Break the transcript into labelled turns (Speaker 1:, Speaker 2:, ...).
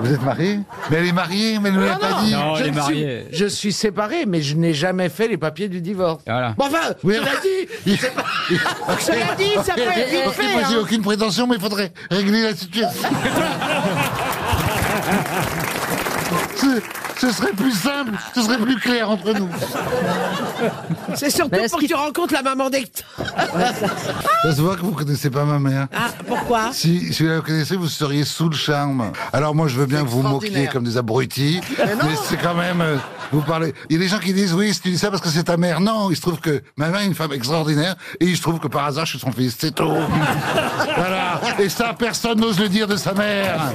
Speaker 1: Vous êtes marié Mais elle est mariée, mais elle ne l'a pas dit.
Speaker 2: Non,
Speaker 3: je
Speaker 2: elle est
Speaker 3: ne suis-
Speaker 2: mariée.
Speaker 3: je suis séparé, mais je n'ai jamais fait les papiers du divorce.
Speaker 2: Voilà.
Speaker 3: Bon, enfin,
Speaker 1: Oui.
Speaker 3: cela dit, c'est pas- cela dit, ça peut être vite
Speaker 1: Ok,
Speaker 3: fait.
Speaker 1: moi, j'ai
Speaker 3: hein.
Speaker 1: aucune prétention, mais il faudrait régler la situation. ce, ce serait plus simple, ce serait plus clair entre nous.
Speaker 3: C'est surtout
Speaker 4: Mais est-ce
Speaker 3: pour que tu
Speaker 4: qu'il-
Speaker 3: rencontres la maman d'Hector.
Speaker 1: Ça se voit que vous connaissez pas ma mère.
Speaker 3: Ah, pourquoi
Speaker 1: Si, si vous la connaissez, vous seriez sous le charme. Alors moi, je veux bien que vous vous moquiez
Speaker 3: extraordinaire.
Speaker 1: comme des abrutis, mais, c'est quand même... euh, vous parlez... Il y a des gens qui disent, oui, si tu dis ça parce que c'est ta mère. Non, il se trouve que ma mère est une femme extraordinaire, et il se trouve que par hasard, je suis son fils. C'est tout. voilà. Et ça, personne n'ose le dire de sa mère.